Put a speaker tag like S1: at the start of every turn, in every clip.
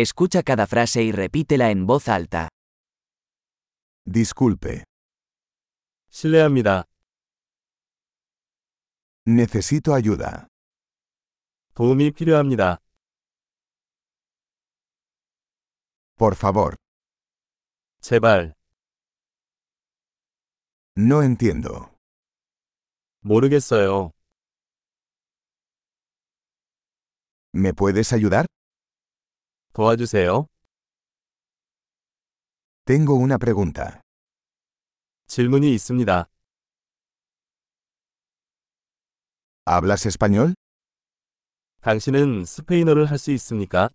S1: Escucha cada frase y repítela en voz alta.
S2: Disculpe,
S3: 실례합니다.
S2: necesito ayuda.
S3: 도움이 필요합니다.
S2: Por favor,
S3: 제발.
S2: no entiendo.
S3: 모르겠어요.
S2: ¿Me puedes ayudar?
S3: 도와주세요.
S2: Tengo una pregunta.
S3: 질문이 있습니다.
S2: ¿Hablas español?
S3: 당신은 스페인어를 할 수 있습니까?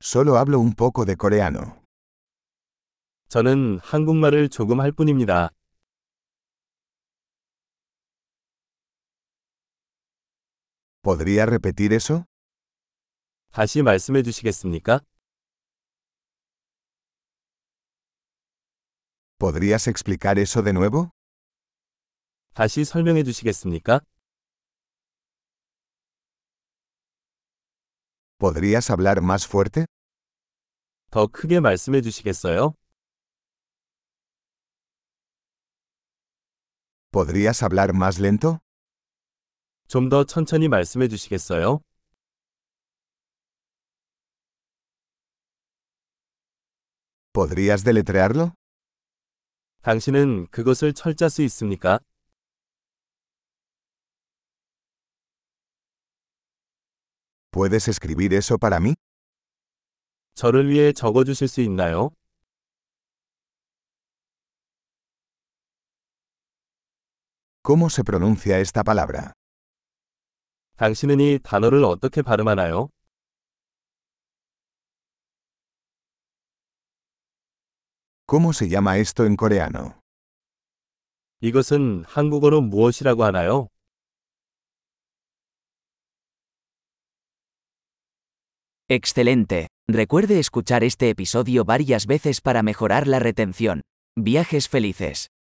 S2: Solo hablo un poco de coreano.
S3: 저는 한국말을 조금 할 뿐입니다.
S2: ¿Podría repetir eso?
S3: 다시 말씀해 주시겠습니까?
S2: ¿Podrías explicar eso de nuevo?
S3: 다시 설명해 주시겠습니까?
S2: ¿Podrías hablar más fuerte?
S3: 더 크게 말씀해 주시겠어요?
S2: ¿Podrías hablar más lento?
S3: 좀 더 천천히 말씀해 주시겠어요?
S2: ¿Podrías deletrearlo?
S3: 당신은 그것을 철자 수 있습니까?
S2: ¿Puedes escribir eso para mí?
S3: 저를 위해 적어 주실 수 있나요?
S2: ¿Cómo se pronuncia esta palabra?
S3: 당신은 이 단어를 어떻게 발음하나요?
S2: ¿Cómo se llama esto en coreano?
S3: 이것은 한국어로 무엇이라고 하나요?
S1: Excelente. Recuerde escuchar este episodio varias veces para mejorar la retención. Viajes felices.